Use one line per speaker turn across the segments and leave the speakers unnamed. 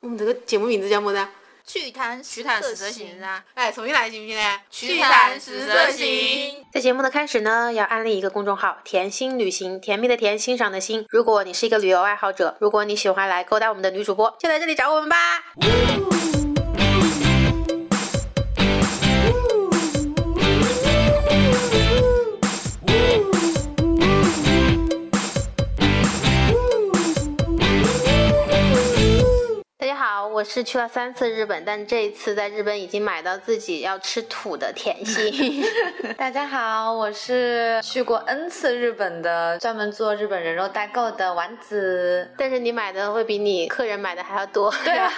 我们这个节目名字叫么子啊？
趣谈
曲坛十色行啊！哎，重新来行不行嘞？
曲坛十色行。
在节目的开始呢，要安利一个公众号“甜心旅行”，甜蜜的甜，欣赏的欣。如果你是一个旅游爱好者，如果你喜欢来勾搭我们的女主播，就来这里找我们吧。大家好，我是去了三次日本，但这一次在日本已经买到自己要吃土的甜 心。
大家好，我是去过 N 次日本的，专门做日本人肉代购的丸子。
但是你买的会比你客人买的还要多。
对 啊，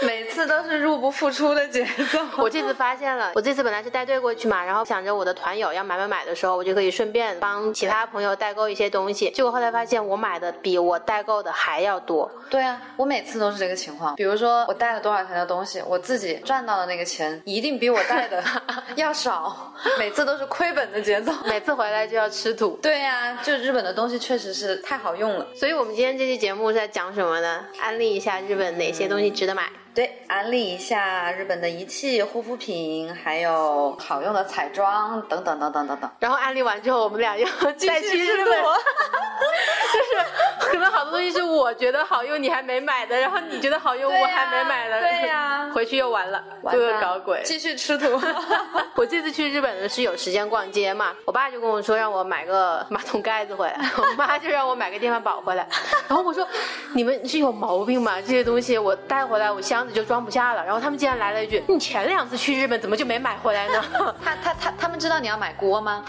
每次都是入不敷出的节 奏。
我这次发现了，我这次本来是带队过去嘛，然后想着我的团友要买买买的时候，我就可以顺便帮其他朋友代购一些东西。结果后来发现，我买的比我代购的还要多。
对啊，我每次都是这个情况。比如说我带了多少钱的东西，我自己赚到的那个钱一定比我带的 要少，每次都是亏本的节奏。
每次回来就要吃土。
对呀、就日本的东西确实是太好用了。
所以我们今天这期节目是在讲什么呢？安利一下日本哪些东西值得买。
对，安利一下日本的仪器、护肤品，还有好用的彩妆等等等等等等。
然后安利完之后，我们俩又再去日本， 就是可能好多东西是我觉得好用，你还没买的，然后你觉得好用，
对呀
我还没买的，
对呀
回去又完了，
完
做
了
个搞鬼。
继续吃土。
我这次去日本呢是有时间逛街嘛，我爸就跟我说让我买个马桶盖子回来，我妈就让我买个电饭煲回来。然后我说你们是有毛病吗？这些东西我带回来我箱子就装不下了。然后他们竟然来了一句：“你前两次去日本怎么就没买回来呢？”
他他他他们知道你要买锅吗？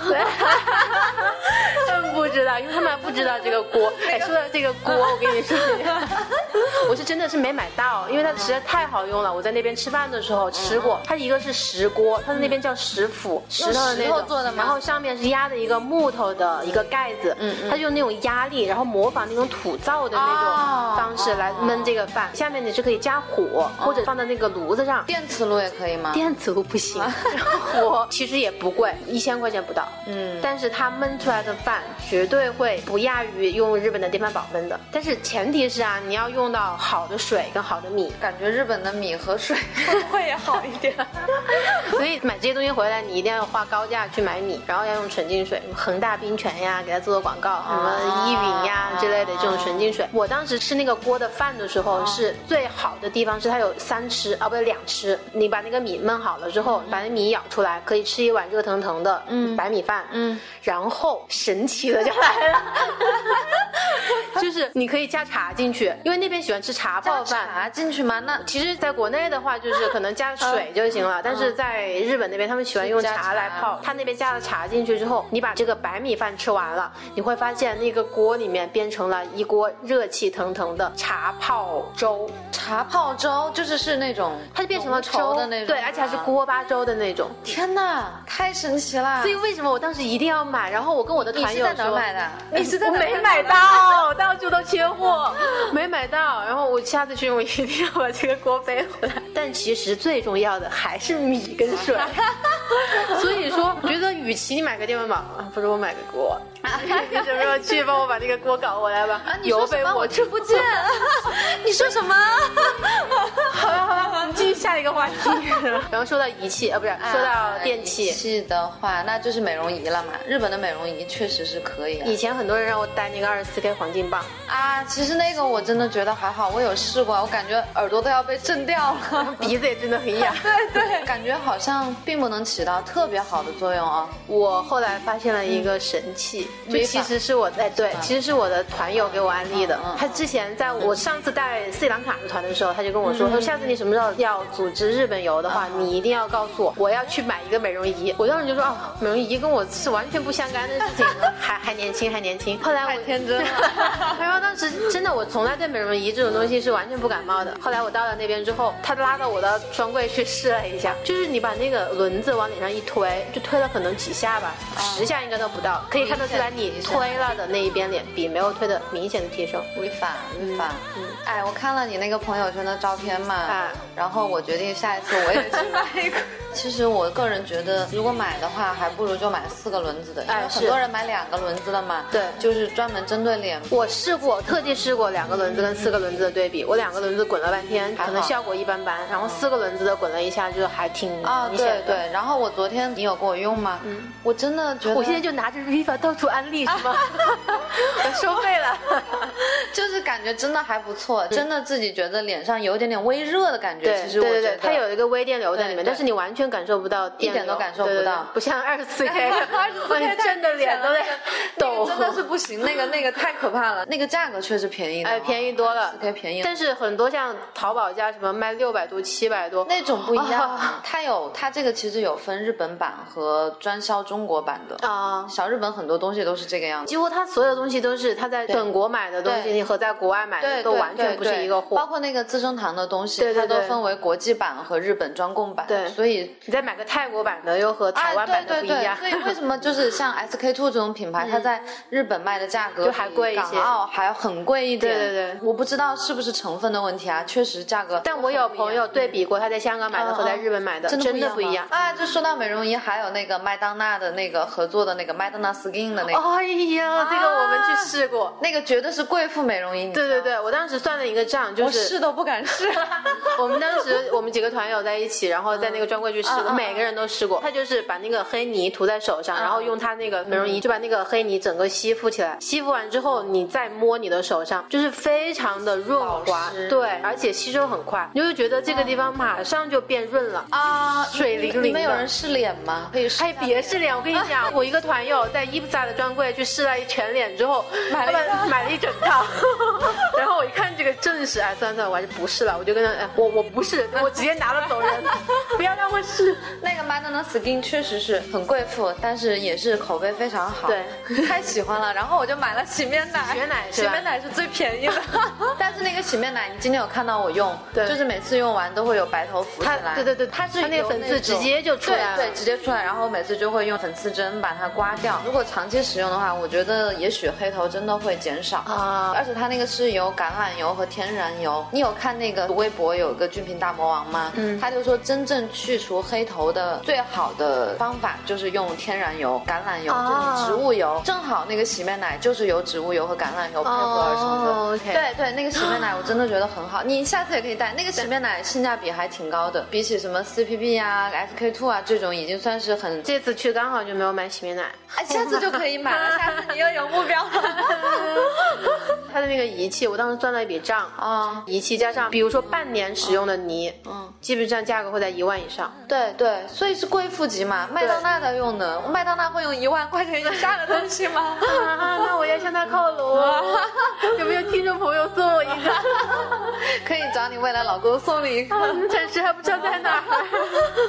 他们不知道，因为他们还不知道这个 锅。哎，说到这个锅，我跟你说， 我是真的是没买到，因为它实在太好用了。我在那边吃饭的时候吃过，它一个是石锅，它的那边叫石釜，石头的那
嗯石头
种
做的吗
然后上面是压的一个木头的一个盖子，嗯它就用那种压力，然后模仿那种土灶的那种
哦
方式来焖这个饭。下面你是可以加火，或者放在那个炉子上。
电磁炉也可以吗？
电磁炉不行，火其实也不贵，一千块钱不到。嗯，但是它焖出来的饭绝对会不亚于用日本的电饭煲焖的。但是前提是啊，你要用到好的水跟好的米，
感觉日本的米和水会 不会也好一点？
所以买这些东西回来，你一定要花高价去买米，然后要用纯净水，恒大冰泉呀，给它做做广告，什么依云呀之类的这种纯净水。我当时吃那个锅的饭的时候，是最好的地方是它有三吃啊，不对两吃。你把那个米焖好了之后，把那米舀出来，可以吃一碗热腾腾的白米饭。嗯嗯，然后神奇的就来了。 就是你可以加茶进去，因为那边喜欢吃茶泡饭，
茶进去吗？那
其实，在国内的话，就是可能加水就行了，但是在日本那边，他们喜欢用
是嗯加
茶
茶
来泡。他那边加了茶进去之后，你把这个白米饭吃完了，你会发现那个锅里面变成了一锅热气腾腾的茶泡粥，
茶泡粥就是是那种，
它就变成了粥
稠的那种，啊嗯
对，而且还是。锅巴粥的那种。
天哪，太神奇了！
所以为什么我当时一定要买？然后我跟我的
你
团
是
友
在哪儿
说。
买的？
你哎是我没买到，到处都缺货， 没买到。然后我下次去，我一定要把这个锅背回来。 但其实最重要的还是米跟水。 所以说，觉得与其你买个电饭煲，啊不如我买个锅。你什么时候去帮我把这个锅搞回来吧？
你
油
说
被
什么？我
出
听不见。 你说什么？
好了好了，我们继续下一个话 题。然后说到仪器，呃，不是说到电器
仪。啊器的话，那就是美容仪了嘛。日本的美容仪确实是可以、啊。
以前很多人让我戴那个二十四 K 黄金棒，
啊，其实那个我真的觉得还好，我有试过，我感觉耳朵都要被震掉了。
鼻子也真的很 痒。
对对，感觉好像并不能起到特别好的作用啊、
我后来发现了一个神器，就
嗯没
其
法
实是我在对，其实是我的团友给我安利的
嗯嗯。
他之前在我上次带斯里兰卡的团的时候，他就跟我
嗯
说，他说下次你什么时候要组织日本游的
啊
话，你一定要告诉我，我要去买一个美容仪。我当时就说，哦，美容仪跟我是完全不相干的事情， 还还年轻，还年轻。后来我
天真 了
然后当时真的，我从来对美容仪这种东西是完全不感冒的。后来我到了那边之后，他拉到我的专柜去试了一下，就是你把那个轮子往脸上一推，就推了可能几下吧，
哦
十下应该都不到，可以看得出来你推了的那一边脸比没有推的明显的提升。
违法，违法。哎，我看了你那个朋友圈的照片嘛，
啊
然后我决定下一次我也去买一个。 其实我个人觉得，如果买的话，还不如就买四个轮子的，因
哎
为很
是
多人买两个轮子的嘛。
对
就是专门针对脸部。
我试过，特地试过两个轮子跟四个轮子的对比，我两个轮子滚了半天，
还好
可能效果一般般，然后四个轮子的滚了一下，就还挺
啊，
明
对
显的。
对，然后我昨天你有给我用吗？嗯，我真的觉得，
我现在就拿着 Viva 到处安利，是吗？ 我收费了。
就是感觉真的还不错，真的自己觉得脸上有一点点微热的感觉。
对
其实
对
我
对
觉
对
得，
它有一个微电流在里
对
面，
对
但是你完全感受不到电流，
一点都感受不
对对对
到
不像二十四 K，
24K
你震的脸都在抖
那个。真的是不行，那个那个太可怕了，那个价格确实便宜的，
哎，便宜多了
四 K 便宜，
但是很多像淘宝价什么卖六百多、七百多，
那种不一样
啊，
它有它这个其实有分日本版和专销中国版的。
啊、
小日本很多东西都是这个样子，
几乎它所有东西都是它在
对
本国买的东
对
西和在国外买的
对，
都
对
完全
对
不是
对
一个
包
货。
括那个资生堂的东西，
对对
它
对
都分为国际版和日本专供版，
对
所以。
你再买个泰国版的，又和台湾
哎
版的
对
不
对
一
对
样。嗯
所以为什么就 是像 SK two 这种品牌，它在日本卖的价格
就还贵一些
比港澳还很贵一点。
对对对
我不知道是不是成分的问题啊，确实价格。
但我有朋友对比过，他在香港买的
嗯
和在日本买的，真的不一样。
啊！就说到美容仪，还有那个麦当娜的那个合作的那个麦当娜 Skin 的那个，
哎呀，这个我们去试过。
那个绝对是贵妇美容仪。你知道
对
吗
对，对，我当时算了一个账，就
我
是
试都不敢试。
我们当时我们几个团友在一起，然后在那个专柜去试
嗯嗯
过，
嗯
每个人都试过。他就是把那个黑泥涂在手上，然后用他那个
嗯
美容仪就把那个黑泥整个吸附起来，吸附完之后你再摸你的手上，就是非常的润滑
保湿，
对，而且吸收很快，你就会觉得这个地方马上就变润了。
啊，
水灵灵的
你们有人试脸吗？可以试。
哎，别试脸！我跟你 讲，我一个团友在伊普萨的专柜去试了一全脸之后，
买了
他
一套
们买了一整套。 然后我一看这个阵势，哎，算了算了，我还是不试了。我就跟他，哎，我我不试，我直接拿了走人，不要让我 试。
那个 Madonna Skin 确实是很贵妇，但是也是口碑非常好，
对，
太喜欢了。然后我就买了洗面奶，
洗面奶
洗
是吧
面奶是最便 宜的。但是那个洗面奶，你今天有看到我用，
对
就是每次用完都会有白头浮起
它
来，
对对对，它
是
它那个
由
粉刺
种
直接就出来了。
对对，直接出来。然后我每次就会用粉刺针把它刮掉。如果长期使用的话，我觉得也许黑头真的会减少
啊
而且它那个是由橄榄油和天然油。你有看那个微博有个俊平大魔王吗？嗯，他就说真正去除黑头的最好的方法就是用天然油、橄榄油，
啊
就是植物油。正好那个洗面奶就是由植物油和橄榄油配合而成的。
哦，OK，
对对，那个洗面奶我真的觉得很好，你下次也可以带。那个洗面奶性价比还挺高的，比起什么 CPB 啊、SK two 啊这种，已经算是很。
这次去刚好就没有买洗面奶，
哎，下次就可以买了，下次你又有目标 了。
它的那个仪器，我当时算了一笔账，
啊，
仪器加上比如说半年使用的泥，
嗯，
基本上价格会在一万以上。
对对，所以是贵妇级嘛，麦当娜的用的，麦当娜会用一万块钱以 下的东西吗？
啊，那我要向他靠 拢，有没有听众朋友送我一个？
可以找你未来老公送你一个。
暂时还不知道在哪儿。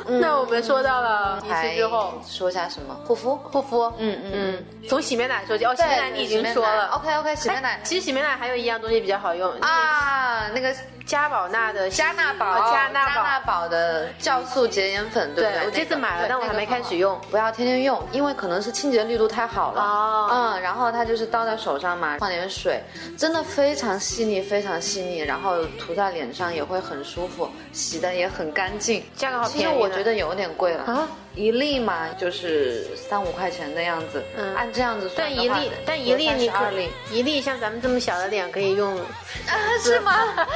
那我们说到了仪
嗯还
式之后，
说一下什么护肤？
护肤，
嗯嗯
嗯，从洗面奶说起。哦，洗
对
面奶你已经
洗面
说
奶
了。哎
OK OK，洗面奶
其实洗面奶还有一样东西比较好用啊，
啊，那个
嘉宝娜的
加纳宝，
哦加纳
哦加纳
宝，
宝的酵素洁颜粉，对不对？
对我这次买了
那个
但我还没开始用。
对那个很好不要天天用，因为可能是清洁力度太好了。
哦
嗯，然后它就是倒在手上嘛，放点水，真的非常细腻，非常细腻，然后涂在脸上也会很舒服，洗的也很干净。
价格好
其实
便宜呢。
我觉得有点贵了
啊，
一粒嘛就是三五块钱的样子，
嗯
按这样子算
但
的
一
话
粒，但一粒你可
32粒
一粒像咱们这么小的脸可以 用，
啊是吗？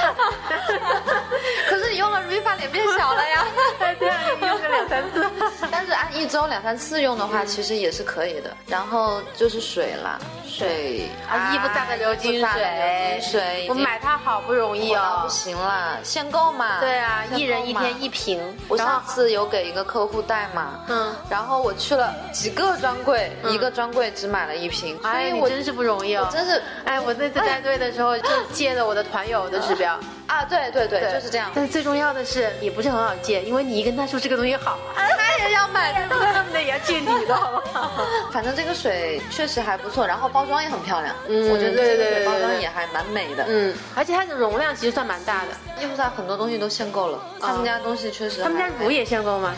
可是你用了 Riva 脸变小了呀。
对啊，用个两三次。
但是按一周两三次用的话，
嗯
其实也是可以的。然后就是水啦，水
啊，伊布萨的流金
伊布萨的
水，
流金水已经
我买它好不容易
火到
哦
不。行啦，限购嘛。
对啊，
限购嘛
一人一天。一瓶，
我
然
上
后
次有给一个客户带嘛，
嗯，
然后我去了几个专柜，一个专柜只买了一瓶，所
哎，
以
你
我
真是不容易哦。
真是
哎，我那次带队的时候就借了我的团友的指标，
啊，对对对，就是这样。
但最重要的是，也不是很好借，因为你一跟他说这个东西好，
他也要买，对不对？
那也要借你的好不好？
反正这个水确实还不错，然后包装也很漂亮，
嗯
我觉得
对对对
这个水
对
包装
对
也还蛮美的。
嗯，而且它的容量其实算蛮大的。哦
伊布萨很多东西都限购了，他们家东西确实还。
他们家乳也限购吗？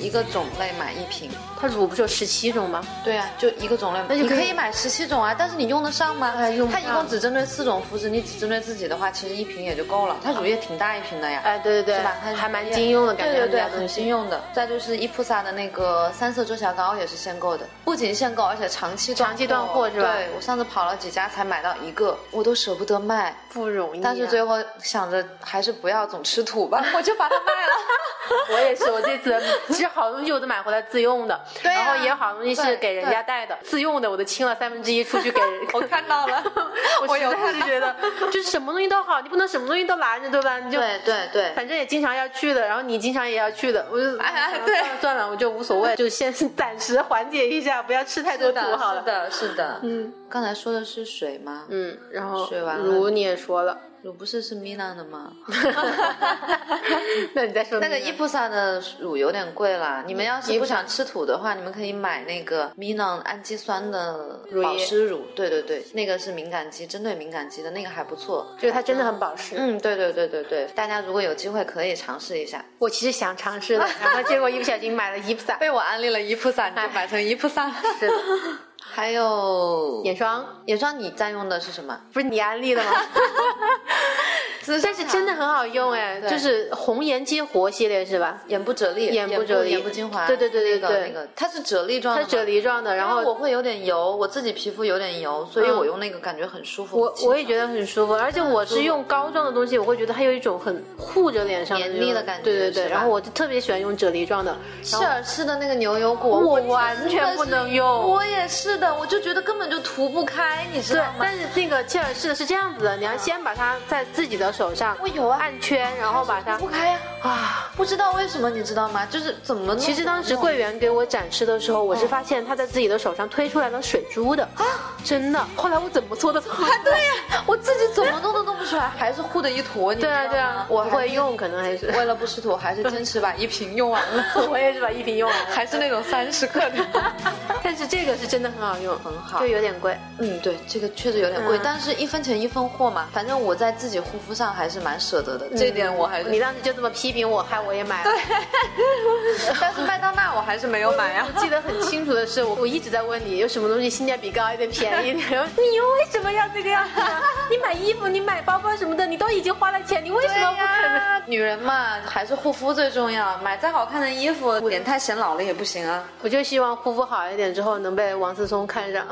一个种类买一瓶。
它乳不是有十七种吗？
对啊，就一个种类，
那就
你
可以
可以买十七种啊，但是你用得上吗？
哎用不
它
上
一共只针对四种肤质，你只针对自己的话，其实一瓶也就够了。它乳液挺大一瓶的呀，
哎，对对对，
是吧？它
还蛮经用的感觉，
对对对，
他们家
很
东西
经用的。再就是伊普萨的那个三色遮瑕膏也是限购的，不仅限购，而且长期
长期断货是吧
对我上次跑了几家才买到一个，我都舍不得卖。
不容易啊。
但是最后想着还是不要总吃土吧，我就把它卖了。
我也是，我这次其实好东西我都买回来自用的，
对啊
然后也有好东西是
对
给人家带的，自用的我都清了三分之一出去给人。
我看到了，我
我实
有
在
看
是
到。
觉 得，就是什么东西都好，你不能什么东西都拦着，对吧？你就
对对对，
反正也经常要去的，然后你经常也要去的，我就
哎
嗯
对
算了算了，我就无所谓，就先暂时缓解一下，不要吃太多
是
苦
的，
好了
是。的，是的。
嗯
刚才说的是水吗？
嗯，然后
水完了
如你也说 了，
乳不是是 Mina 的吗？
那你再说
那个
你呢
伊普萨的乳有点贵啦，你们要是不想吃土的话，你们可以买那个 Minon 氨基酸的
乳液
保湿乳，对对对，那个是敏感肌，针对敏感肌的那个还不错。
就是它真的很保湿。
嗯，对对对对对，大家如果有机会可以尝试一下。
我其实想尝试的，然后结果一不小心买了伊 普萨，
被我安利了伊普萨，你就买成伊普萨 了。
是的
哎还有
眼霜，
眼霜，你在用的是什么？
不是你安利的吗？ 但是真的很好用哎，
嗯对
就是红颜激活系列是吧？
眼部啫喱，
眼部啫喱
眼部精华，
对对对对
那个
对
那个，它是啫喱状
它
的
是
吗，
啫喱状的，然
因为
后
我会有点油，我自己皮肤有点油，所以
嗯
我用那个感觉很舒服。
我
很清
我也觉得很舒服，而且我是用膏状的东西，我会觉得它有一种很护着脸上那种
黏腻的感觉
对对
是
对，
吧
然后我就特别喜欢用啫喱状的，
切
然后
尔氏的那个牛油果，
我
真的
完全不能
是
用。
我也是的，我就觉得根本就涂不开，你知
对
道，吗？
但是那个切尔氏的是这样子的，你要先把它在自己的手上
我有啊，
按圈，然后把它
涂不开呀、
啊，
不知道为什么，你知道吗？就是怎么弄？
其实当时柜员给我展示的时候，我是发现他在自己的手上推出来了水珠的啊，真的。后来我怎么搓的？对呀，
我自己怎么弄都弄不出来，还是糊的一坨，你知
对
道吗
啊对啊，
我
我
还
会。用，可能还是
为了不吃土，还是坚持把一瓶用完了，
我也是把一瓶用完了，
还是那种三十克的。
但是这个是真的很好用，
很好
就有点贵。
嗯，对，这个确实有点贵，
嗯
但是一分钱一分货嘛。反正我在自己护肤上还是蛮舍得的，这点我还是。
嗯 你当时就这么批评我，害我也买了。
但是麦当娜我还是没有买啊呀、
我记得很清楚的是，我我一直在问你，有什么东西性价比高一点、便宜一点？然后 你又为什么要这个样子呢？你买衣服、你买包包什么的，你都已经花了钱，你为什 么不可能？
哎女人嘛，还是护肤最重要。买再好看的衣服，脸太显老了也不行啊。
我就希望护肤好一点之后能被王思聪看 上，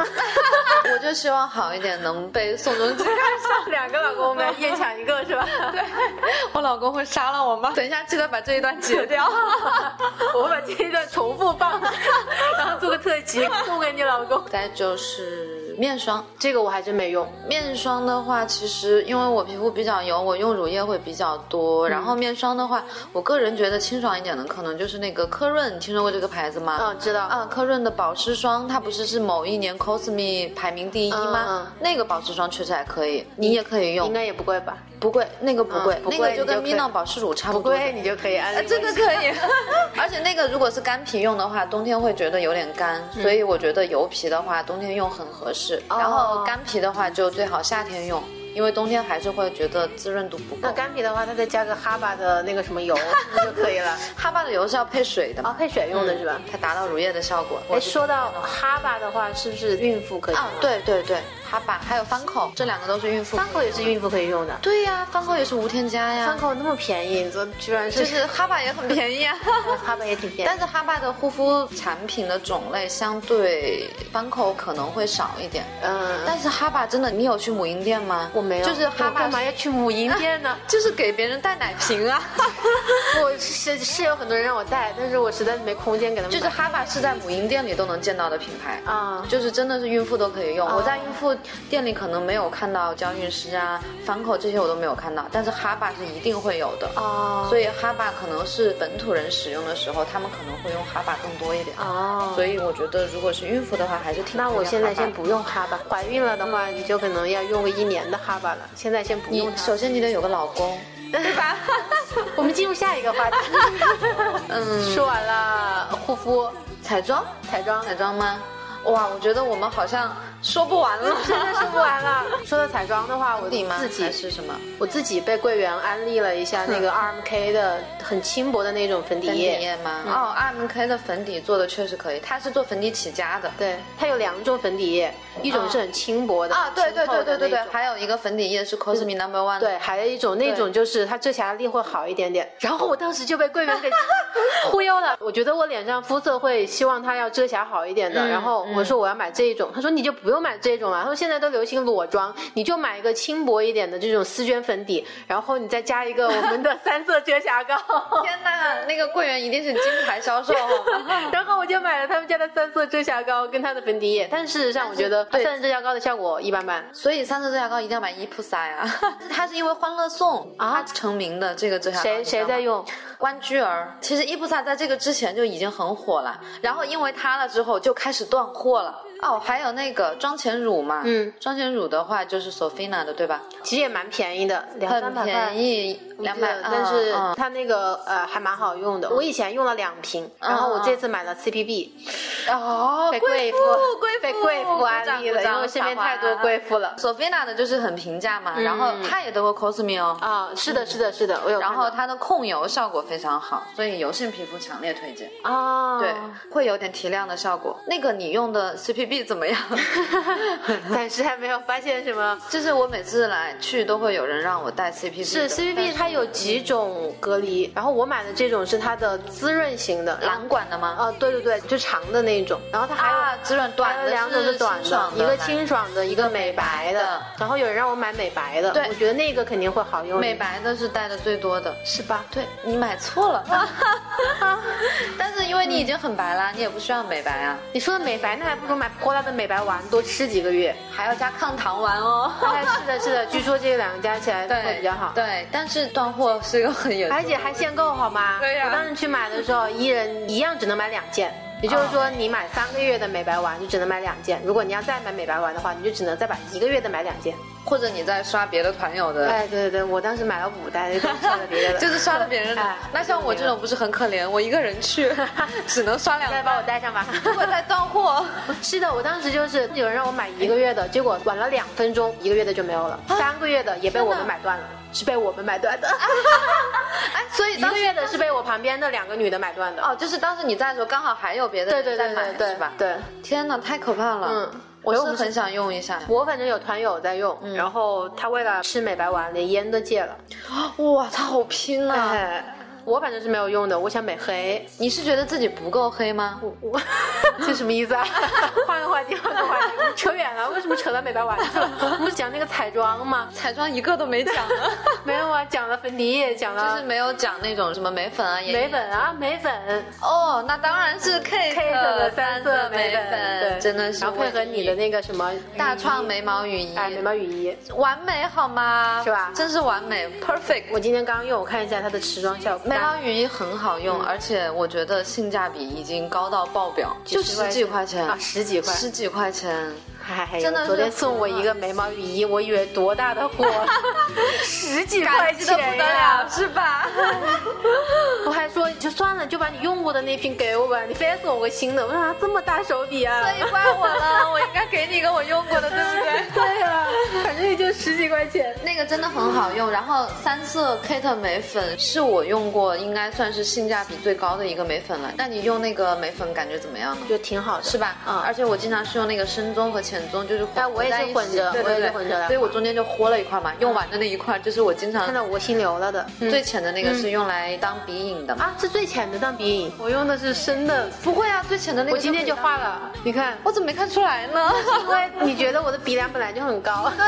我就希望好一点，能被宋仲基看 上。
两个老公我们要夜抢一个是吧？对，
我老公会杀了我吗？等一下，记得把这一段 截掉。
我把这一段重复放，然后做个特 辑送给你老公。
再就是面霜，
这个我还真没用，
面霜的话，其实因为我皮肤比较油，我用乳液会比较
嗯
多。然后面霜的话，我个人觉得清爽一点的，可能就是那个科润，你听说过这个牌子吗？
嗯，知道。
啊，科润的保湿霜，它不是是某一年 Cosme 排名第一吗？
嗯嗯
那个保湿霜确实还可以，你也可以用
应，该也不贵吧？
不贵，那个不贵，
嗯不贵
那个就跟
你就可以
Minon 保湿乳差
不
多。
贵你就可以安利
呃
我。
这个可 以，而且那个如果是干皮用的话，冬天会觉得有点干，所以我觉得油皮的话冬天用很合适，
嗯哦
然后干皮的话就最好夏天用，因为冬天还是会觉得滋润度不够
那。干皮的话，它再加个哈巴的那个什么油就可以了。
哈巴的油是要配水的嘛
哦，，配水用的是吧？
才达到乳液的效果。
哎，说到哈巴的话，是不是孕妇可以？
啊，，对对对，哈巴还有番口，这两个都是孕妇。
三口也是孕妇可以用的。
对呀、番口也是无添加呀。
三口那么便宜，你这居然
就是是哈巴也很便 宜啊。
哈巴也挺便宜。
但是哈巴的护肤产品的种类相对番口可能会少一点，
嗯，
但是哈巴真的，你有去母婴店吗？
我没有，
就是哈
我干
巴
嘛要去母婴店呢？
就是给别人带奶瓶啊，
我是是有很多人让我带，但是我实在是没空间给他们
就
买。
是哈巴是在母婴店里都能见到的品牌。
啊，
就是真的是孕妇都可以用，
哦
我在孕妇店里可能没有看到娇韵诗啊、番口这些我都没有看到，但是哈巴是一定会有的。
哦，
所以哈巴可能是本土人使用的时候，他们可能会用哈巴更多一点。
哦，
所以我觉得，如果是孕妇的话，还是挺
那我现在先
不。
不用哈巴，怀孕了的话，你就可能要用个一年的哈巴了。现在先不用
你
它
首。先你得有个老公，
我们进入下一个 话题。
嗯，
说完了护肤、
彩妆，
彩妆，
彩妆吗？哇，我觉得我们好像说不完 了，
真的说不完了。说到彩妆的话，我
你吗？
自己
还是什么？
我自己被柜员安利了一下那个 RMK 的很轻薄的那种嗯粉底
粉底
液，
液吗？哦，RMK 的粉底做的确实可以，它是做粉底起家的。
对，它有两种粉底液，一种是很轻薄的
啊，对对对对对对，
还
还有一个粉底液是 Cosme Number One，
对，还有一种那种就是它遮瑕力会好一点点。然后我当时就被柜员 给忽悠了，我觉得我脸上肤色会希望它要遮瑕好一点的，
嗯
然后我说我要买这一种，他说你就不用买这种了，他说现在都流行裸妆，你就买一个轻薄一点的这种丝绢粉底，然后你再加一个我们 的三色遮瑕膏。
天呐，那个柜员一定是金牌销售，好吗
然后我就买了他们家的三色遮瑕膏跟它的粉底液，但事实上我觉得
但
三
是
色遮瑕膏的效果一般般。
所以三色遮瑕膏一定要买伊普塞 啊，它是因为《欢乐颂》
啊
它成名的这个遮瑕膏。
谁
你知道
谁
吗
在？用？
关雎儿。其实伊普萨在这个之前就已经很火了，然后因为它了之后就开始断货了。哦，还有那个妆前乳嘛，
嗯，
妆前乳的话就是 Sofina 的对吧？
其实也蛮便宜的，两三
很
百块
便。宜，两百
对，但是
嗯嗯
它那个呃还蛮好用的。我以前用了两瓶，然后我这次买了 CPB，
哦，
被
贵
嗯贵
妇
妇，
贵妇，
被贵妇安利了，因为我身边太多贵妇了。
索菲娜的就是很平价
嗯
嘛，然后它也得过 Cosme 哦，
啊，是的，是的，是的，我有看
然
到。
后它的控油效果非常好，所以油性皮肤强烈推荐。
啊，
对，会有点提亮的效果。那个你用的 CPB 怎么样？
暂时还没有发现什么。
就是我每次来去都会有人让我带 CPB，
是
的
CPB 它有几种隔离，然后我买的这种是它的滋润型的，然后
蓝管的吗？
啊，对对对，就长的那种，然后它还有。
啊，滋润短
还
的
有两种
是
短
清爽
一个
蓝
清爽的，一个美白
美白的
的。然后有人让我买美白的，
对
我觉得那个肯定会好用一
美
点，
白的是带的最多的。
是吧？
对你买错了， 但是因为你已经很白啦，你也不需要美白啊，
你说的美白，那还不如买泼辣的美白丸多吃几个月。
还要加抗糖丸哦。
哎，是的，是的，据说这两个加起来会
对，
比较好，
对，但是断货是一个很严重
而且还限购，好吗？
对呀
我当时去买的时候，一人一样只能买两件。也就是说，你买三个月的美白丸就只能买两件，如果你要再买美白丸的话，你就只能再买一个月的买两件。
或者你在刷别的团友的，
哎，对对对，我当时买了五袋，就少了别的，
就是刷了别人的
哎。
那像我这种不是很可怜，我一个人去， 只能刷两
再
包
把我。带上吧。
如果再断货，
是的，我当时就是有人让我买一个月的，结果晚了两分钟，一个月的就没有了，三个月的也被我们买断了，是被我们买断 的。
哎，所以
一
当
个
时
月的是被我旁边的两个女的买断的。
哦，就是当时你在的时候，刚好还有别的
对对
人
对
在买
对，对
是吧？
对，
天哪，太可怕了。
嗯
我
我
是
又不是
很想用 一下。
我反正有团友在用，然后他为了吃美白丸连烟都戒了。
哇，他好拼啊！
哎，我反正是没有用的，我想美黑。
你是觉得自己不够黑吗？
我我 这什么意思啊？ 换个话题，换个话题，我们扯远了。为什么扯到美白丸去了？我们不是讲那个彩妆吗？
彩妆一个都没讲呢，
没有啊，讲了粉底液，讲
就
了
是没有讲那种什么眉粉啊、眼影
眉粉啊，眉粉。
哦，那当然是 K
Kate 的三色
眉
眉
粉，
对，
真的是
然后配合你的那个什么
大
雨衣
创眉毛雨衣，
哎眉毛雨衣。
完美好吗？
是吧
真是完美，perfect。
我今天刚用，我看一下它的持妆效果。
眉毛雨衣很好
嗯
用，而且我觉得性价比已经高到爆表，就十几块钱
啊，十几块，
十几块钱，
嗨，
真的是
昨天送我一个眉毛雨衣，我以为多大的货，十几块
感激的
钱
不得
呀
了，！是吧？
我还说就算了，就把你用过的那瓶给我吧，你非要送我个新的，我说啊这么大手笔啊
所！以怪我了，我应该给你一个我用过的，对不 对？
对啊，反正也就十几块钱。
那个真的很好用，然后三色 Kate 眉粉是我用过，应该算是性价比最高的一个眉粉了。那你用那个眉粉感觉怎么样呢？
就挺好的，
是吧？
嗯
而且我经常是用那个深棕和浅棕，就是混
哎我也是
在一起
混着
对
我也
对
是
对，
混着来
所以我中间就豁了一块嘛，用完的那一块就是我经常
看到我心流了的。嗯
最浅的那个是用来当鼻影的嘛。
啊，是最浅的当鼻影，我用的是深的。
不会啊，最浅的那个
我今天就
可以当，
画了，你看，
我怎么没看出来呢？
因为你觉得我的鼻梁本来就很高，
对，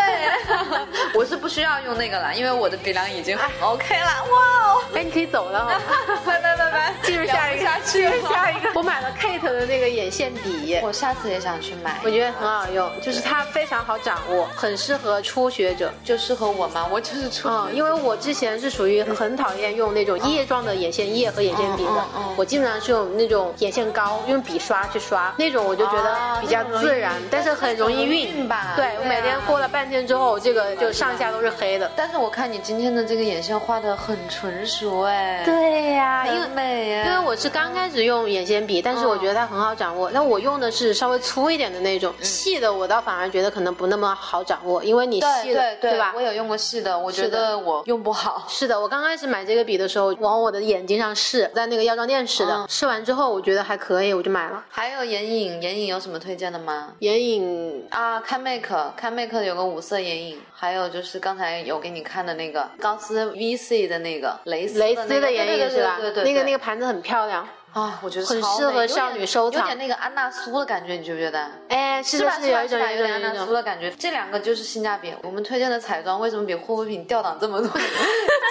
我是不需要用那个了，因为我的鼻梁已经
哎
很 OK 了。哇哦，
哎，你可以走了好吗？
拜拜拜拜，
进入下一个，
聊不下去
进入
了
下一个。我买了 Kate 的那个眼线笔液，
我下次也想去买，
我觉得很好用，就是它非常好掌握，很适合初学者。
就适合我吗？我就是出
嗯，因为我之前是属于很讨厌用那种液状的眼线液和眼线笔的
嗯嗯嗯，
我基本上是用那种眼线膏，用笔刷去刷，那种我就觉
啊
得比较
那种容易
自然，但是很容易
容易晕
晕
吧
对我
对啊
每天过了半天之后，这个就上下都是黑的。
但是我看你今天的这个眼线画的很纯熟哎，，
对啊呀、因为
很美哎。
因为我是刚开始用眼线笔，但是我觉得它很好掌握。但我用的是稍微粗一点的那
嗯
种，细的我倒反而觉得可能不那么好掌握，因为你细
对
的
对，对
吧
我？有用过细的，我觉
是的
得我用不好。
是的，我刚开始买这个笔的时候，往我的眼睛上试，在那个药妆店试的，
嗯
试完之后我觉得还可以，我就买了。
还有眼影，眼影有什么推荐的吗？
眼影
啊，看 make，看 make 有个五色眼影，还有就是刚才有给你看的那个高斯 VC 的那个蕾丝
蕾
那
丝
个
的眼
对对
影
对
是吧？
对对对，
那个
对
那个盘子很漂亮，
啊，我觉得
很
超
适
美
合
有
少
点
女收
有
藏
点那个安娜苏的感觉，你觉不觉得？
哎，是
是
的，
吧
是的，
吧
有一种
是吧
有一
有
种
点
有
安娜
一
苏
种。
的感觉。这两个就是性价比。我们推荐的彩妆为什么比护肤品掉档这么多，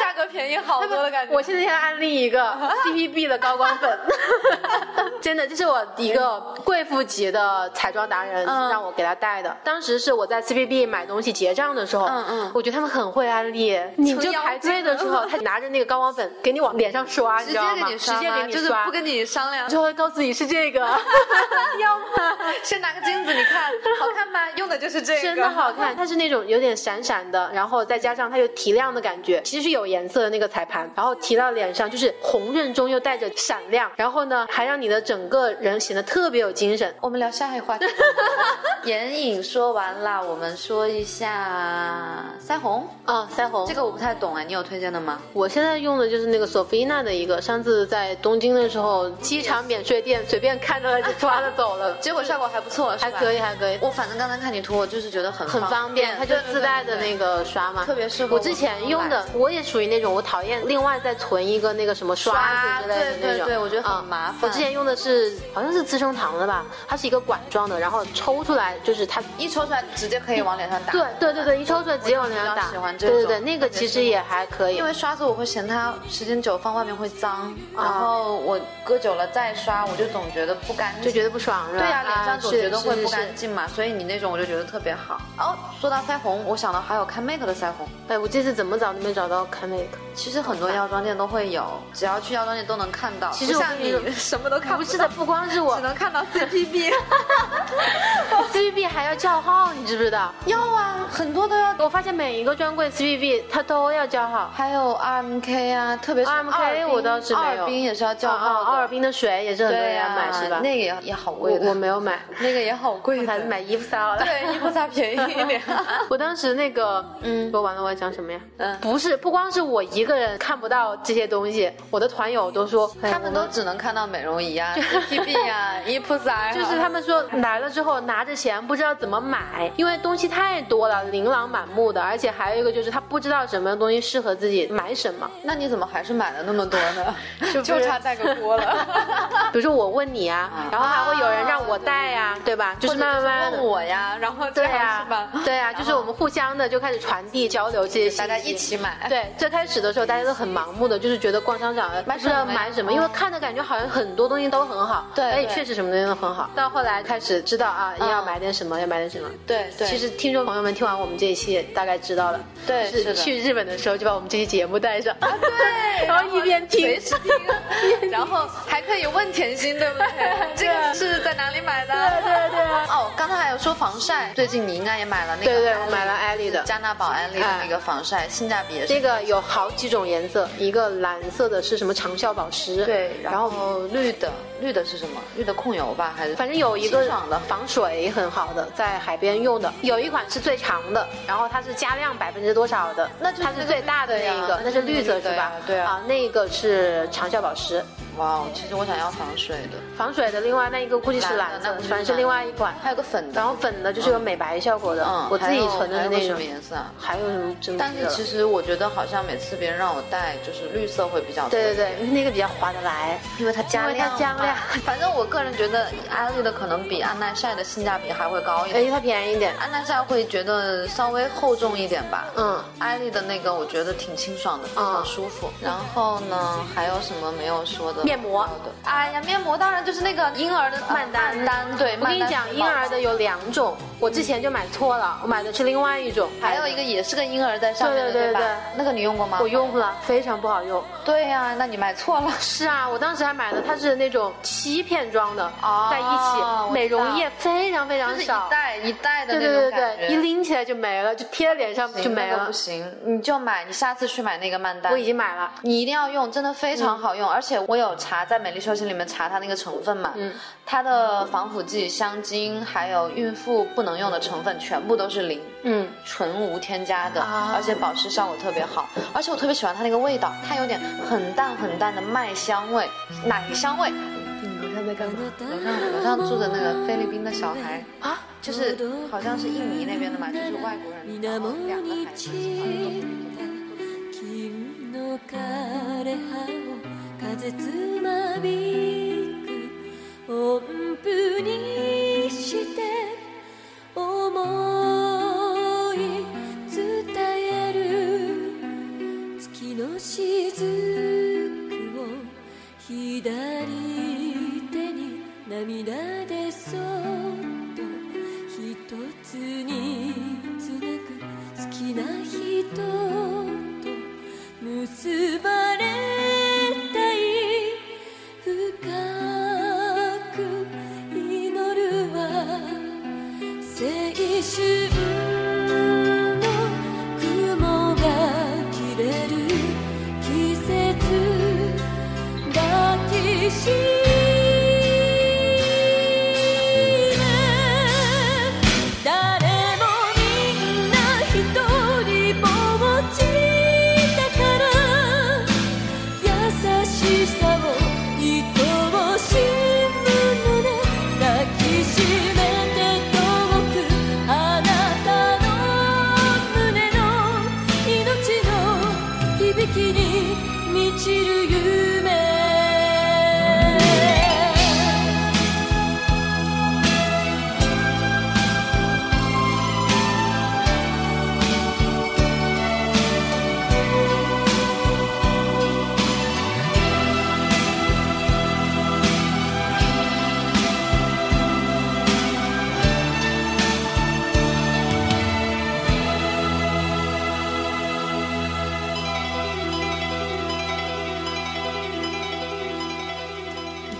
价格便宜好多的感觉？
我现在要安利一个 CPB 的高光 粉，真的，这是我一个贵妇级的彩妆达人
嗯
让我给他带的。当时是我在 CPB 买东西结账的时候，
嗯嗯
我觉得他们很会安利。你就排队的时候，他拿着那个高光粉给你往脸上刷，你
直
知
接
道
给
吗？
你
直
刷
接
吗
给你
就是
刷，
不跟你商量，
就会告诉你是这个，
要吗？先拿个镜子，你看好看吗？用的就是这个，
真的好看。它是那种有点闪闪的，然后再加上它有提亮的感觉，其实是有颜色的那个彩盘，然后提到脸上就是红润中又带着闪亮，然后呢还让你的整个人显得特别有精神。
我们聊下一个话 题。眼影说完啦，我们说一下腮红。
啊、腮红，
这个我不太懂哎，你有推荐的吗？，
我现在用的就是那个索菲娜的一个，上次在东京的时候，机场免税店随便看到了就抓了走了
结果效果还不错，
还可
以。
以还可以，
我反正刚才看你涂，我就是觉得很
很方便，它就
对对
自带的
对对
那个刷嘛，
特别适合
我之前用的，我也属于那种我讨厌另外再存一个那个什么刷子之类的那种，
对对对，我觉得很
嗯
麻烦。
我之前用的是好像是资生堂的吧，它是一个管状的，然后抽出来就是它。
一抽出来直接可以往脸上打。嗯
对对对对，一抽出来直接往脸上
我
打
比较喜欢，这
对
种
对对，那个其实也还可以
因。为刷子我会嫌它时间久放外面会脏，然后我搁久了再刷，我就总觉得啊不干净，
就觉得不爽是吧？
对呀、脸上总
是
觉得会
是
不
是
干净嘛，所以你那种我就觉得特别好。哦，说到腮红，我想到还有看 make 的腮红，
哎，我这次怎么找都没找到 c o m
其实很多药妆店都会有，只要去药妆店都能看到。
其实
不
我
像
跟你
你什么都看
不
到
是的，，不光是我
只能看到 CPB。
，CBB 还要叫号，你知不知道？
要啊，很多都要。
我发现每一个专柜 CBB 它都要叫号。
还有 RMK 啊，特别是
RMK
哈尔滨
我倒是没有
哈尔滨也是要叫
啊
号的。
奥尔滨的水也是很多
对
人要
呀，
买是吧？
那个也也好
啊我
贵的，
我没有 买，
那个也好贵
我还
的
是。买衣服骚了。
对，衣服再便宜一 点。
我当时那个，
嗯
嗯，我完了，我要讲什么呀？
嗯
不是，不光是我一个人看不到这些东西，我的团友都说，哎
他们都只能看到美容 仪啊、CPB 啊、伊普仔啊，
就是他们说来了之后拿着钱不知道怎么买，因为东西太多了，琳琅满目的，而且还有一个就是他不知道什么东西适合自己买什么。
那你怎么还是买了那么多 呢？
就不是
差带个锅 了。
比如说我问你啊，然后还会有人让我带呀、对吧？就是慢慢慢慢
或者是
的
问。我呀，然后这
对
样
呀
啊是吧？、哦
对呀、就是我们互相的就开始传递交流这些信息，
大家一起买。
对，最开始的时候大家都很盲目的，就是觉得逛商 场不知道买什么，因为看的感觉好像很多东西都很好，
对
哎，
对
确实什么东西都很好。到后来开始知道啊，
嗯
要买点什么，要买点什么。
对对，
其实听众朋友们听完我们这一期也大概知道了，
对
就是
的啊
去日本的时候就把我们这期节目带上，
对，
然后一边
随
听。
时听，然后还可以问甜心，对不对？ 这个是在哪里买的？对对对。哦，刚才还有说防晒，最近你应该也买了那个，
对对，我买了艾丽的，
加纳宝安利的嗯那个防晒，性价比也
这
是。
个有好几种颜色，一个蓝色的是什么长效宝石，
对，然
然后
后绿的，绿的是什么？绿的控油吧，还是？
反正有一个
清爽的
防水很好的，在海边用的，有一款是最长的，然后它是加量百分之多少的，
那就是
它
那
是
个
最大的
绿的呀
那一个，
那
那
就是是
绿色
绿的
是
呀
吧？
对啊
啊，那个是长效宝石，
哇哦，其实我想要防水的，
防水的，另外那一个估计是
蓝的
蓝色
那不，是
反正是另外一款，
还有个粉的
然。后粉的就是有美白效果的
嗯，，
我自己存的
还
是那
有还有什
种
么，颜色啊？
还有什么真
但是其
实
实我觉得好像每次别人让我戴就是绿色会比较多，
对对对，因为那个比较划得来，
因为它加
因为
量嘛，啊
它加量
反正我个人觉得安利的可能比安耐晒的性价比还会高一
而
点，
且它便宜一点，
安耐晒会觉得稍微厚重一点吧。
嗯。
安利的那个我觉得挺清爽的，非常舒服。然后呢，还有什么没有说的？
面膜
哎呀，面膜当然就是那个婴儿的
曼丹
曼丹对。
我跟你
曼丹
讲，
珠
婴
宝
儿的有两种，我之前就买错了，我买的是另外一种，
还有一个也是个婴儿在上面的，
对对对
吧
对
那个你用过
哎
吗？哦
我。用了，非常不好用。
对呀、那你买错了。
是啊，我当时还买的，它是那种七片装的
哦
在一
我
起，美
知道
容液非常非常
就是一
少。
袋一袋的
对
那
对对
种感
对，
觉，
一拎起来就没了，就贴在脸上
不行
就没
那个
了
不。行，你就买，你下次去买那个曼丹。
我已经买了，
你一定要用，真的非常好用，而且我有查在美丽修行里面查它那个成分嘛，
嗯，
它的防腐剂、香精还有孕妇不能用的成分全部都是零，
嗯，
纯无添加的，
啊
而且保湿效果特别好，而且我特别喜欢它那个味道，它有点很淡很淡的麦香味、奶香味。嗯你楼上在干嘛？楼上楼上住的那个菲律宾的小孩啊，就是好像是印尼那边的嘛，就是外国人，然后两个孩子一块儿住。
金の枯れ葉を風つまびく音符にして思い伝える月の雫を左手に涙でそっと一つにつなぐ好きな人と結ばれたい深く祈るは青春の雲が切れる季節抱きしめ「誰もみんなひとりぼっちだから」「優しさを愛おしむ胸」「抱きしめて遠くあなたの胸の命の響きに満ちる夢」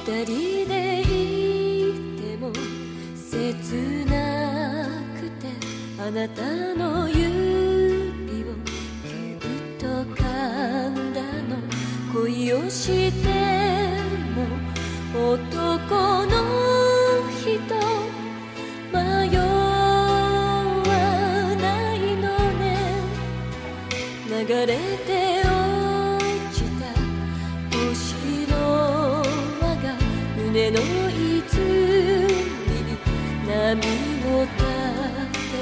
二人でいても切なくてあなたの指をぎゅっと噛んだの恋をしても男の人迷わないのね流れて落ちた星の輪が胸のいつに波を立て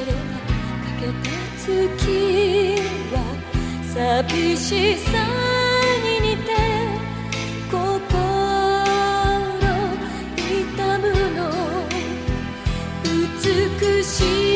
れば欠けた月は寂しさに似て心痛むの美しい